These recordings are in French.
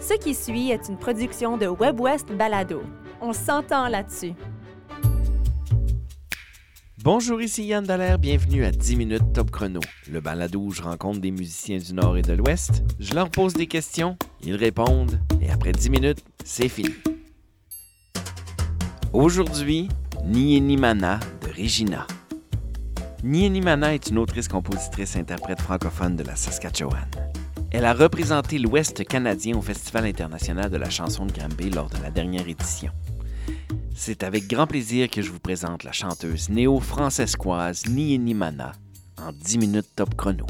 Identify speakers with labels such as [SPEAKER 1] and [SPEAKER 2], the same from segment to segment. [SPEAKER 1] Ce qui suit est une production de WebWest Balado. On s'entend là-dessus.
[SPEAKER 2] Bonjour, ici Yann Dallaire, bienvenue à 10 minutes Top Chrono, le balado où je rencontre des musiciens du Nord et de l'Ouest, je leur pose des questions, ils répondent, et après 10 minutes, c'est fini. Aujourd'hui, Nieni Mana de Regina. Nieni Mana est une autrice, compositrice, interprète francophone de la Saskatchewan. Elle a représenté l'Ouest canadien au Festival international de la chanson de Granby lors de la dernière édition. C'est avec grand plaisir que je vous présente la chanteuse néo-francescoise Nieni Mana en 10 minutes top chrono.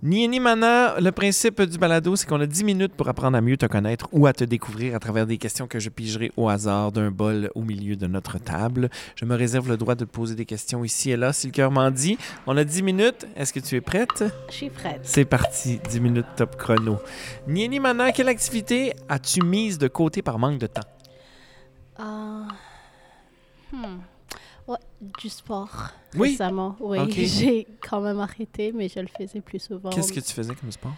[SPEAKER 3] Nieni Mana, le principe du balado, c'est qu'on a 10 minutes pour apprendre à mieux te connaître ou à te découvrir à travers des questions que je pigerai au hasard d'un bol au milieu de notre table. Je me réserve le droit de poser des questions ici et là si le cœur m'en dit. On a 10 minutes. Est-ce que tu es prête?
[SPEAKER 4] Je suis prête.
[SPEAKER 3] C'est parti, 10 minutes top chrono. Nieni Mana, quelle activité as-tu mise de côté par manque de temps?
[SPEAKER 4] Euh, hmm. Ouais, du sport
[SPEAKER 3] Oui.
[SPEAKER 4] récemment. Oui,
[SPEAKER 3] Ok.
[SPEAKER 4] j'ai quand même arrêté, mais je le faisais plus souvent.
[SPEAKER 3] Qu'est-ce que tu faisais comme sport?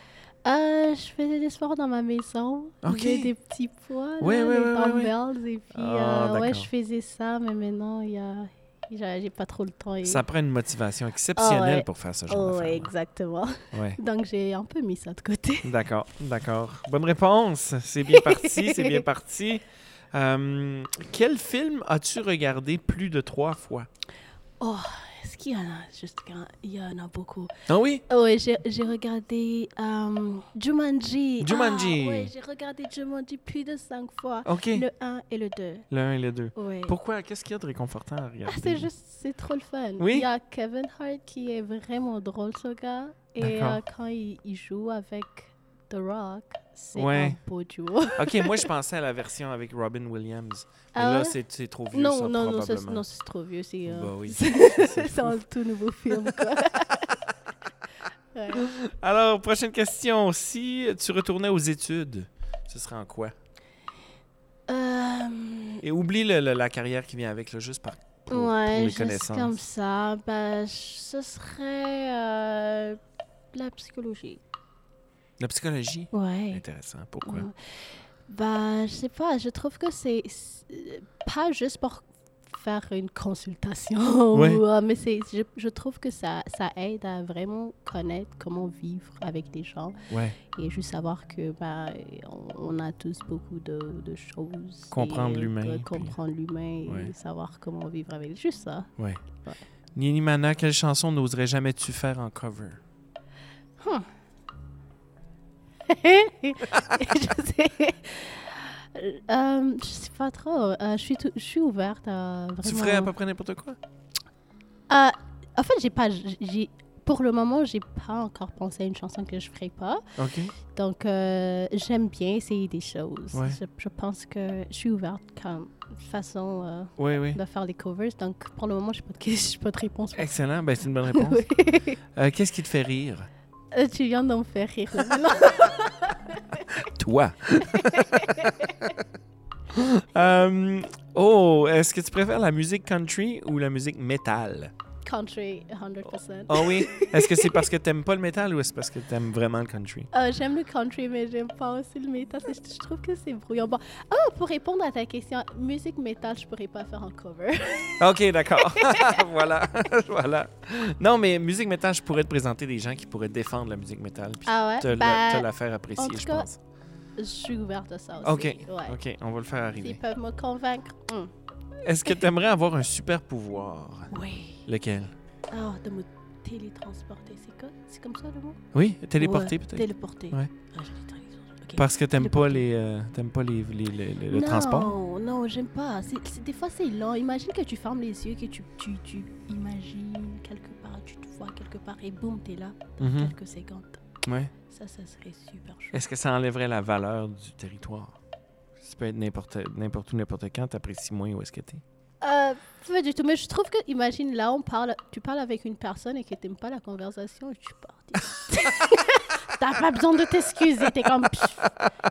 [SPEAKER 4] Euh, je faisais des sports dans ma maison.
[SPEAKER 3] Ok.
[SPEAKER 4] J'ai des petits poids,
[SPEAKER 3] Ouais,
[SPEAKER 4] là,
[SPEAKER 3] ouais, ouais,
[SPEAKER 4] des
[SPEAKER 3] ouais, ouais.
[SPEAKER 4] dumbbells, et puis
[SPEAKER 3] Ah,
[SPEAKER 4] euh, ouais,
[SPEAKER 3] d'accord.
[SPEAKER 4] je faisais ça, mais maintenant, il y a... j'ai j'ai pas trop le temps. Et...
[SPEAKER 3] Ça prend une motivation exceptionnelle
[SPEAKER 4] Ah ouais.
[SPEAKER 3] pour faire ce genre
[SPEAKER 4] Oh, ouais,
[SPEAKER 3] de
[SPEAKER 4] exactement.
[SPEAKER 3] Ouais.
[SPEAKER 4] Donc, j'ai un peu mis ça de côté.
[SPEAKER 3] D'accord, d'accord. Bonne réponse. C'est bien parti, c'est bien parti. Euh, quel film as-tu regardé plus de trois fois?
[SPEAKER 4] Oh, est-ce qu'il y en a juste qu'un- Il y en a beaucoup.
[SPEAKER 3] Ah oui?
[SPEAKER 4] Ah Ouais, j'ai j'ai regardé euh, Jumanji.
[SPEAKER 3] Jumanji.
[SPEAKER 4] Ah, ouais, j'ai regardé Jumanji plus de cinq fois.
[SPEAKER 3] OK.
[SPEAKER 4] Le 1 et le 2.
[SPEAKER 3] Le 1 et le 2.
[SPEAKER 4] Ouais.
[SPEAKER 3] Pourquoi? Qu'est-ce qu'il y a de réconfortant à regarder?
[SPEAKER 4] Ah, c'est juste, c'est trop le fun.
[SPEAKER 3] Oui.
[SPEAKER 4] Il y a Kevin Hart qui est vraiment drôle, ce gars. Et
[SPEAKER 3] D'accord.
[SPEAKER 4] euh, quand il, il joue avec The Rock, c'est
[SPEAKER 3] Ouais.
[SPEAKER 4] un beau duo.
[SPEAKER 3] OK, moi, je pensais à la version avec Robin Williams. Mais
[SPEAKER 4] Ah
[SPEAKER 3] là,
[SPEAKER 4] ouais?
[SPEAKER 3] c'est c'est trop vieux,
[SPEAKER 4] non,
[SPEAKER 3] ça,
[SPEAKER 4] non, non, ça, c'est-
[SPEAKER 3] probablement.
[SPEAKER 4] non, c'est trop vieux. C'est euh,
[SPEAKER 3] Bah oui.
[SPEAKER 4] c'est un tout nouveau film, quoi. Ouais.
[SPEAKER 3] Alors, prochaine question. Si tu retournais aux études, ce serait en quoi?
[SPEAKER 4] Euh,
[SPEAKER 3] Et oublie le- le- la carrière qui vient avec, là, juste par, pour, pour
[SPEAKER 4] ouais,
[SPEAKER 3] les
[SPEAKER 4] juste
[SPEAKER 3] connaissances.
[SPEAKER 4] comme ça, bah, ce serait euh, la psychologie.
[SPEAKER 3] La psychologie?
[SPEAKER 4] Ouais.
[SPEAKER 3] Intéressant. Pourquoi?
[SPEAKER 4] Ouais. Bah, je sais pas, je trouve que c'est c'est pas juste pour faire une consultation,
[SPEAKER 3] Ouais.
[SPEAKER 4] ou, euh, mais c'est, je, je trouve que ça, ça aide à vraiment connaître comment vivre avec des gens
[SPEAKER 3] Ouais.
[SPEAKER 4] et juste savoir que bah, on, on a tous beaucoup de, de choses.
[SPEAKER 3] Comprendre
[SPEAKER 4] et, euh,
[SPEAKER 3] l'humain, puis-
[SPEAKER 4] comprendre l'humain
[SPEAKER 3] Ouais.
[SPEAKER 4] et savoir comment vivre avec. Juste ça.
[SPEAKER 3] Ouais.
[SPEAKER 4] Ouais.
[SPEAKER 3] Nini Mana, quelle chanson n'oserais jamais tu faire en cover?
[SPEAKER 4] je sais. Euh, je sais pas trop. Euh, je, suis tou- je suis ouverte à vraiment.
[SPEAKER 3] Tu ferais à peu près n'importe quoi?
[SPEAKER 4] Euh, en fait, j'ai pas. J'ai pour le moment, j'ai pas encore pensé à une chanson que je ferai pas.
[SPEAKER 3] OK.
[SPEAKER 4] Donc, euh, j'aime bien essayer des choses.
[SPEAKER 3] Ouais.
[SPEAKER 4] Je, je pense que je suis ouverte comme façon euh,
[SPEAKER 3] Oui, oui.
[SPEAKER 4] de faire des covers. Donc, pour le moment, j'ai pas de ques- j'ai pas de réponse.
[SPEAKER 3] Excellent, ben, c'est une bonne réponse. Euh, Qu'est-ce qui te fait rire?
[SPEAKER 4] Euh, tu viens d'en faire rire. là. Non.
[SPEAKER 3] Toi! Euh, oh, est-ce que tu préfères la musique country ou la musique metal?
[SPEAKER 4] Country, 100%.
[SPEAKER 3] Ah oui? Est-ce que c'est parce que t'aimes pas le metal ou est-ce parce que t'aimes vraiment le country?
[SPEAKER 4] Euh, j'aime le country, mais j'aime pas aussi le métal. Je, je trouve que c'est brouillon. Bon, ah, pour répondre à ta question, musique métal, je pourrais pas faire un cover.
[SPEAKER 3] OK, d'accord. voilà. voilà. Non, mais musique metal, je pourrais te présenter des gens qui pourraient défendre la musique metal. puis
[SPEAKER 4] Ah
[SPEAKER 3] te,
[SPEAKER 4] ouais?
[SPEAKER 3] la-
[SPEAKER 4] Bah,
[SPEAKER 3] te la faire apprécier,
[SPEAKER 4] en tout
[SPEAKER 3] je
[SPEAKER 4] cas,
[SPEAKER 3] pense.
[SPEAKER 4] je suis ouverte à ça aussi.
[SPEAKER 3] OK.
[SPEAKER 4] Ouais.
[SPEAKER 3] OK, on va le faire
[SPEAKER 4] S'ils
[SPEAKER 3] arriver.
[SPEAKER 4] peuvent me convaincre. hmm.
[SPEAKER 3] Est-ce que tu aimerais avoir un super pouvoir?
[SPEAKER 4] Oui.
[SPEAKER 3] Lequel?
[SPEAKER 4] Ah, de me télétransporter, c'est quoi? C'est comme ça le mot?
[SPEAKER 3] Oui, téléporter peut-être?
[SPEAKER 4] Téléporter.
[SPEAKER 3] Ouais.
[SPEAKER 4] Ah, j'ai dit télétransporter. OK.
[SPEAKER 3] Parce que t'aimes pas
[SPEAKER 4] téléporter.
[SPEAKER 3] les, euh, t'aimes pas les, les- les- les- le
[SPEAKER 4] non,
[SPEAKER 3] transport?
[SPEAKER 4] Non, j'aime pas. C'est- c'est- des fois, c'est lent. Imagine que tu fermes les yeux, que tu, tu, tu imagines quelque part, tu te vois quelque part et boum, t'es là dans
[SPEAKER 3] Mhm.
[SPEAKER 4] quelques secondes.
[SPEAKER 3] Ouais.
[SPEAKER 4] Ça, ça serait super chouette.
[SPEAKER 3] Est-ce que ça enlèverait la valeur du territoire? Ça peut être n'importe n'importe où, n'importe quand, t'apprécies moins où est-ce que t'es.
[SPEAKER 4] Euh, pas du tout, mais je trouve que, imagine, là, on parle, tu parles avec une personne et que t'aimes pas la conversation et tu pars. T'as pas besoin de t'excuser, t'es comme, pff,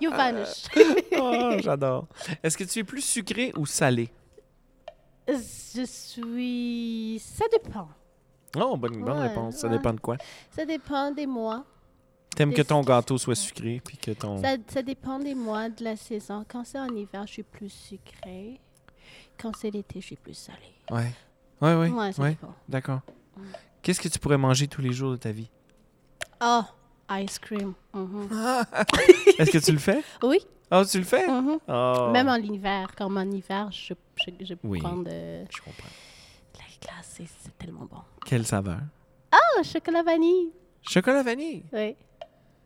[SPEAKER 4] you vanish.
[SPEAKER 3] Oh, j'adore. Est-ce que tu es plus sucré ou salé?
[SPEAKER 4] je suis... Ça dépend.
[SPEAKER 3] Oh, bonne, bonne
[SPEAKER 4] Ouais,
[SPEAKER 3] réponse. Ça
[SPEAKER 4] ouais.
[SPEAKER 3] dépend de quoi?
[SPEAKER 4] Ça dépend des mois.
[SPEAKER 3] T'aimes que ton gâteau soit sucré, puis que ton...
[SPEAKER 4] Ça, ça dépend des mois, de la saison. Quand c'est en hiver, je suis plus sucrée. Quand c'est l'été, je suis plus salée.
[SPEAKER 3] Ouais. Ouais, ouais,
[SPEAKER 4] ouais, ça Mm.
[SPEAKER 3] ouais.
[SPEAKER 4] dépend.
[SPEAKER 3] D'accord. Qu'est-ce que tu pourrais manger tous les jours de ta vie?
[SPEAKER 4] Oh, ice cream. Mhm.
[SPEAKER 3] Est-ce que tu le fais?
[SPEAKER 4] Oui.
[SPEAKER 3] Ah, tu le fais?
[SPEAKER 4] mhm.
[SPEAKER 3] Ah.
[SPEAKER 4] Même en hiver, comme en hiver, je, je, je
[SPEAKER 3] Oui.
[SPEAKER 4] prends de, de
[SPEAKER 3] Je comprends.
[SPEAKER 4] la glace, c'est- c'est tellement bon.
[SPEAKER 3] Quelle saveur?
[SPEAKER 4] Oh, chocolat vanille.
[SPEAKER 3] Chocolat vanille.
[SPEAKER 4] Oui.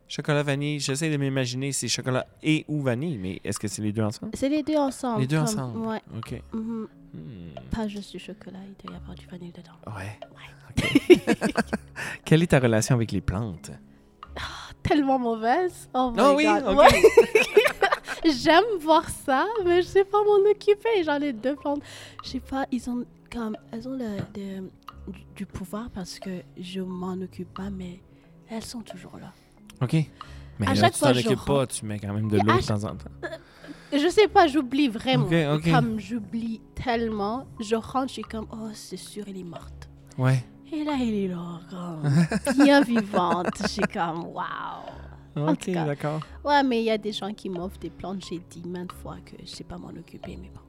[SPEAKER 3] Chocolat vanille. J'essaie de m'imaginer si c'est chocolat et ou vanille, mais est-ce que c'est les deux ensemble?
[SPEAKER 4] C'est les deux ensemble.
[SPEAKER 3] Les deux
[SPEAKER 4] comme-
[SPEAKER 3] ensemble.
[SPEAKER 4] Ouais.
[SPEAKER 3] OK.
[SPEAKER 4] mhm.
[SPEAKER 3] Hmm.
[SPEAKER 4] Pas juste du chocolat, il doit y avoir du vanille dedans.
[SPEAKER 3] Ouais. OK. Quelle est ta relation avec les plantes?
[SPEAKER 4] Tellement mauvaise. Oh, my
[SPEAKER 3] Ah oui,
[SPEAKER 4] God.
[SPEAKER 3] ok.
[SPEAKER 4] Ouais. J'aime voir ça, mais je sais pas m'en occuper. J'en ai deux plantes. Je sais pas, ils ont comme elles ont le- de- du- du pouvoir parce que je m'en occupe pas, mais elles sont toujours là.
[SPEAKER 3] OK. Mais
[SPEAKER 4] À
[SPEAKER 3] là,
[SPEAKER 4] chaque
[SPEAKER 3] tu
[SPEAKER 4] fois,
[SPEAKER 3] t'en
[SPEAKER 4] je
[SPEAKER 3] occupes
[SPEAKER 4] rentre.
[SPEAKER 3] pas, tu mets quand même de
[SPEAKER 4] Et à
[SPEAKER 3] l'eau de
[SPEAKER 4] chaque-
[SPEAKER 3] temps en temps.
[SPEAKER 4] Je sais pas, j'oublie vraiment.
[SPEAKER 3] Ok, ok.
[SPEAKER 4] Comme j'oublie tellement, je rentre, je suis comme oh c'est sûr elle est morte.
[SPEAKER 3] Ouais.
[SPEAKER 4] Et là elle est là, comme bien vivante. Je suis comme waouh. tout
[SPEAKER 3] OK,
[SPEAKER 4] cas.
[SPEAKER 3] d'accord.
[SPEAKER 4] Ouais, mais il y a des gens qui m'offrent des plantes. J'ai dit maintes fois que je sais pas m'en occuper, mais bon.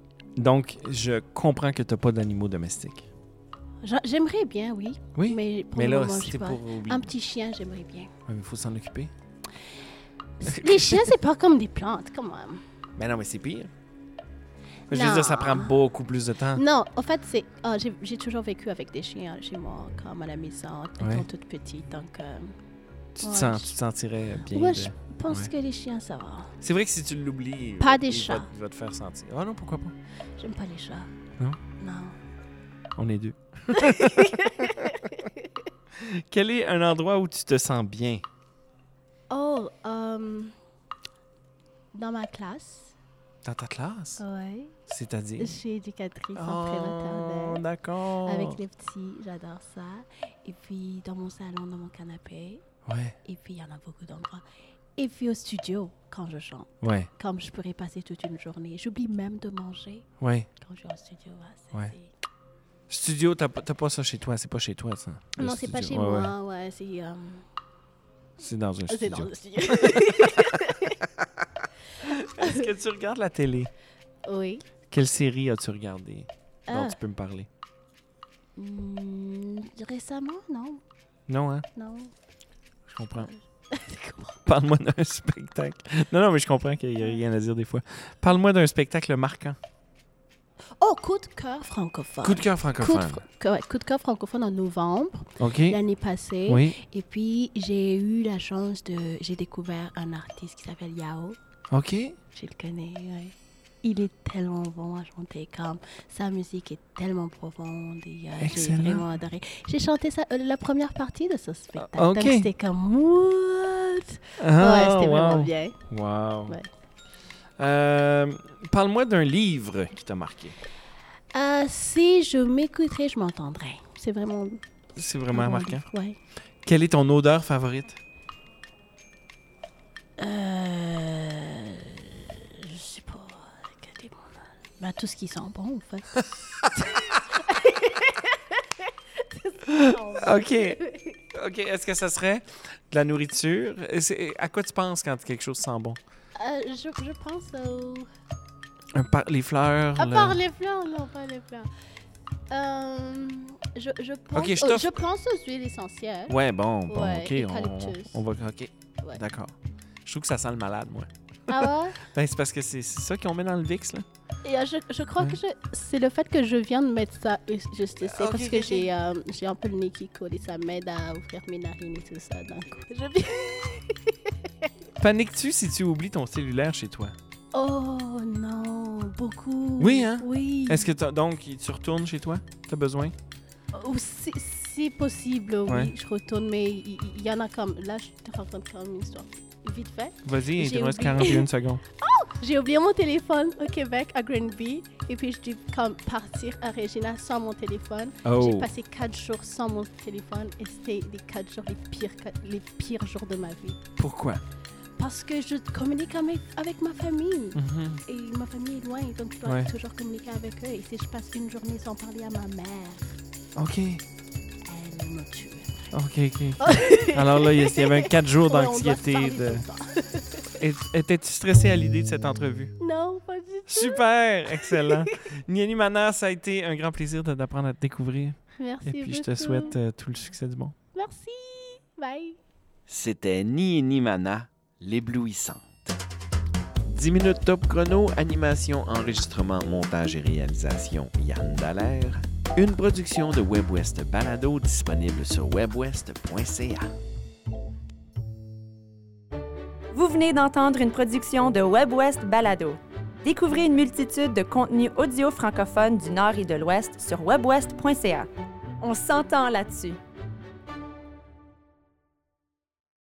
[SPEAKER 3] Donc, je comprends que t'as pas d'animaux domestiques.
[SPEAKER 4] J'a- J'aimerais bien, oui.
[SPEAKER 3] Oui.
[SPEAKER 4] Mais pour
[SPEAKER 3] Mais
[SPEAKER 4] le
[SPEAKER 3] là,
[SPEAKER 4] moment, je sais
[SPEAKER 3] c'était
[SPEAKER 4] pas.
[SPEAKER 3] pour oublier.
[SPEAKER 4] Un petit chien, j'aimerais bien.
[SPEAKER 3] Il faut s'en occuper.
[SPEAKER 4] Les chiens, c'est pas comme des plantes, quand même.
[SPEAKER 3] Mais non, mais c'est pire. Je veux dire, ça
[SPEAKER 4] Non.
[SPEAKER 3] prend beaucoup plus de temps.
[SPEAKER 4] Non, en fait, c'est. ah, j'ai- J'ai toujours vécu avec des chiens chez moi, comme à la maison, étant
[SPEAKER 3] Ouais.
[SPEAKER 4] toute petite. Donc, euh,
[SPEAKER 3] Tu te,
[SPEAKER 4] Ouais,
[SPEAKER 3] sens,
[SPEAKER 4] je-
[SPEAKER 3] tu te sentirais bien.
[SPEAKER 4] ouais,
[SPEAKER 3] de-
[SPEAKER 4] je pense
[SPEAKER 3] euh, ouais.
[SPEAKER 4] que les chiens, ça va.
[SPEAKER 3] C'est vrai que si tu l'oublies,
[SPEAKER 4] Pas
[SPEAKER 3] il
[SPEAKER 4] des
[SPEAKER 3] va-
[SPEAKER 4] chats.
[SPEAKER 3] Il va te faire sentir. Ah non, pourquoi pas?
[SPEAKER 4] J'aime pas les chats.
[SPEAKER 3] Non?
[SPEAKER 4] Non.
[SPEAKER 3] On est deux. Quel est un endroit où tu te sens bien?
[SPEAKER 4] Oh, euh, dans ma classe,
[SPEAKER 3] Dans ta classe?
[SPEAKER 4] ouais, je
[SPEAKER 3] C'est-à-dire?
[SPEAKER 4] suis éducatrice
[SPEAKER 3] Oh,
[SPEAKER 4] en prématernelle.
[SPEAKER 3] d'accord.
[SPEAKER 4] Avec les petits, j'adore ça. Et puis dans mon salon, dans mon canapé.
[SPEAKER 3] Ouais,
[SPEAKER 4] Et puis il y en a beaucoup d'endroits. Et puis au studio, quand je chante.
[SPEAKER 3] ouais,
[SPEAKER 4] Comme je pourrais passer toute une journée. J'oublie même de manger
[SPEAKER 3] ouais.
[SPEAKER 4] quand je suis en studio. ouais, c'est-
[SPEAKER 3] Ouais.
[SPEAKER 4] c'est-
[SPEAKER 3] Studio, t'as pas t'as pas ça chez toi. C'est pas chez toi, ça. Le
[SPEAKER 4] Non, c'est pas chez
[SPEAKER 3] studio. Ouais, ouais.
[SPEAKER 4] moi. Ouais, c'est euh,
[SPEAKER 3] C'est dans un
[SPEAKER 4] c'est
[SPEAKER 3] studio.
[SPEAKER 4] dans le studio.
[SPEAKER 3] Est-ce que tu regardes la télé?
[SPEAKER 4] oui.
[SPEAKER 3] Quelle série as-tu regardée dont
[SPEAKER 4] Ah,
[SPEAKER 3] tu peux me parler?
[SPEAKER 4] hmm, récemment, non.
[SPEAKER 3] Non, hein?
[SPEAKER 4] Non.
[SPEAKER 3] Je comprends.
[SPEAKER 4] Comment?
[SPEAKER 3] Parle-moi d'un spectacle. Non, non, mais je comprends qu'il n'y
[SPEAKER 4] Ah.
[SPEAKER 3] a rien à dire des fois. Parle-moi d'un spectacle marquant.
[SPEAKER 4] oh, coup de cœur francophone.
[SPEAKER 3] Coup de cœur
[SPEAKER 4] Ah. Coup de
[SPEAKER 3] francophone.
[SPEAKER 4] fr- que- ouais, coup de cœur francophone en novembre,
[SPEAKER 3] OK.
[SPEAKER 4] l'année passée.
[SPEAKER 3] Oui.
[SPEAKER 4] Et puis, j'ai eu la chance de. J'ai découvert un artiste qui s'appelle Yao.
[SPEAKER 3] OK.
[SPEAKER 4] Je le connais, ouais. Il est tellement bon à chanter, comme sa musique est tellement profonde et euh, j'ai
[SPEAKER 3] Excellent.
[SPEAKER 4] vraiment adoré. J'ai chanté ça, euh, la première partie de ce spectacle.
[SPEAKER 3] Ah, ok. Ah,
[SPEAKER 4] Donc c'était comme what? ouais, c'était vraiment bien.
[SPEAKER 3] Wow.
[SPEAKER 4] Ouais.
[SPEAKER 3] Euh, Parle-moi d'un livre qui t'a marqué.
[SPEAKER 4] Euh, si je m'écouterais, je m'entendrais. C'est vraiment.
[SPEAKER 3] C'est vraiment
[SPEAKER 4] un bon
[SPEAKER 3] marquant.
[SPEAKER 4] livre, Ouais.
[SPEAKER 3] Quelle est ton odeur favorite?
[SPEAKER 4] Euh, je sais pas. quel est mon- Bah, tout ce qui sent bon, en fait.
[SPEAKER 3] OK. OK. Est-ce que ça serait de la nourriture? Et c'est- À quoi tu penses quand quelque chose sent bon?
[SPEAKER 4] Euh, je, je pense au.
[SPEAKER 3] Un par- Les fleurs?
[SPEAKER 4] À
[SPEAKER 3] le-
[SPEAKER 4] part les fleurs, non, pas les fleurs. Euh, je, je pense,
[SPEAKER 3] Ok, je
[SPEAKER 4] aux,
[SPEAKER 3] t'offre-
[SPEAKER 4] je pense aux huiles essentielles.
[SPEAKER 3] Ouais, bon, bon,
[SPEAKER 4] Ouais,
[SPEAKER 3] OK. on-
[SPEAKER 4] eucalyptus.
[SPEAKER 3] On, va... OK.
[SPEAKER 4] Ouais.
[SPEAKER 3] D'accord. Je trouve que ça sent le malade, moi.
[SPEAKER 4] Ah
[SPEAKER 3] Ben, c'est parce que c'est c'est ça qu'on met dans le VIX, là.
[SPEAKER 4] ouais? Et euh, je, je crois
[SPEAKER 3] Ouais.
[SPEAKER 4] que je- c'est le fait que je viens de mettre ça euh, juste ici
[SPEAKER 3] Ok,
[SPEAKER 4] parce
[SPEAKER 3] ok,
[SPEAKER 4] que
[SPEAKER 3] ok.
[SPEAKER 4] j'ai euh, j'ai un peu le nez qui colle et ça m'aide à ouvrir mes narines et tout ça. Donc, je viens.
[SPEAKER 3] Paniques-tu si tu oublies ton cellulaire chez toi?
[SPEAKER 4] Oh non, beaucoup.
[SPEAKER 3] Oui, hein?
[SPEAKER 4] Oui.
[SPEAKER 3] Est-ce que t'as- donc tu retournes chez toi? T'as besoin?
[SPEAKER 4] Ou Oh, si, si possible, oui,
[SPEAKER 3] Ouais.
[SPEAKER 4] je retourne, mais il il- il y, en a comme. Là, je te raconte quand même une histoire. Vite fait.
[SPEAKER 3] Vas-y, il te
[SPEAKER 4] J'ai
[SPEAKER 3] reste
[SPEAKER 4] oublié.
[SPEAKER 3] 41 secondes.
[SPEAKER 4] J'ai oublié mon téléphone au Québec, à Granby, et puis je dû comme partir à Regina sans mon téléphone. J'ai
[SPEAKER 3] Oh.
[SPEAKER 4] passé quatre jours sans mon téléphone et c'était les quatre jours les pires, quatre- les pires jours de ma vie.
[SPEAKER 3] Pourquoi?
[SPEAKER 4] Parce que je communique avec, avec ma famille
[SPEAKER 3] Mhm.
[SPEAKER 4] et ma famille est loin, donc je dois
[SPEAKER 3] Ouais.
[SPEAKER 4] toujours communiquer avec eux. Et si je passe une journée sans parler à ma mère,
[SPEAKER 3] OK.
[SPEAKER 4] elle me tue.
[SPEAKER 3] OK, OK. Alors là, il y a- il y avait quatre jours
[SPEAKER 4] Ouais, on doit se
[SPEAKER 3] d'anxiétais.
[SPEAKER 4] parler
[SPEAKER 3] De...
[SPEAKER 4] tout le temps.
[SPEAKER 3] Et- Étais-tu stressé à l'idée de cette entrevue?
[SPEAKER 4] Non, pas du tout.
[SPEAKER 3] Super! Excellent. Niani Mana, ça a été un grand plaisir de- d'apprendre à te découvrir.
[SPEAKER 4] Merci
[SPEAKER 3] Et puis, je te
[SPEAKER 4] beaucoup.
[SPEAKER 3] souhaite euh, tout le succès du monde.
[SPEAKER 4] Merci. Bye.
[SPEAKER 2] C'était Ni Ni Mana, l'éblouissante. 10 minutes top chrono, animation, enregistrement, montage et réalisation, Yann Dallaire. Une production de WebWest Balado disponible sur webwest.ca.
[SPEAKER 1] Vous venez d'entendre une production de WebWest Balado. Découvrez une multitude de contenus audio francophones du Nord et de l'Ouest sur webwest.ca. On s'entend là-dessus.